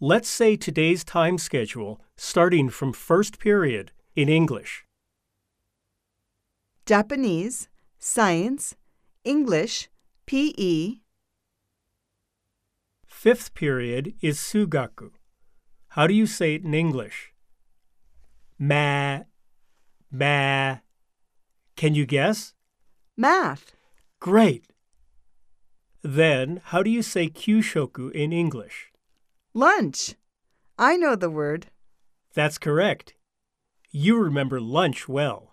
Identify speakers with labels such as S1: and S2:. S1: Let's say today's time schedule starting from first period in English.
S2: Japanese, Science, English, E, PE,
S1: Fifth period is sugaku. How do you say it in English? Ma, ma. Can you guess?
S2: Math,
S1: Great. Then, how do you say kyushoku in English?
S2: Lunch. I know the word.
S1: That's correct. You remember lunch well.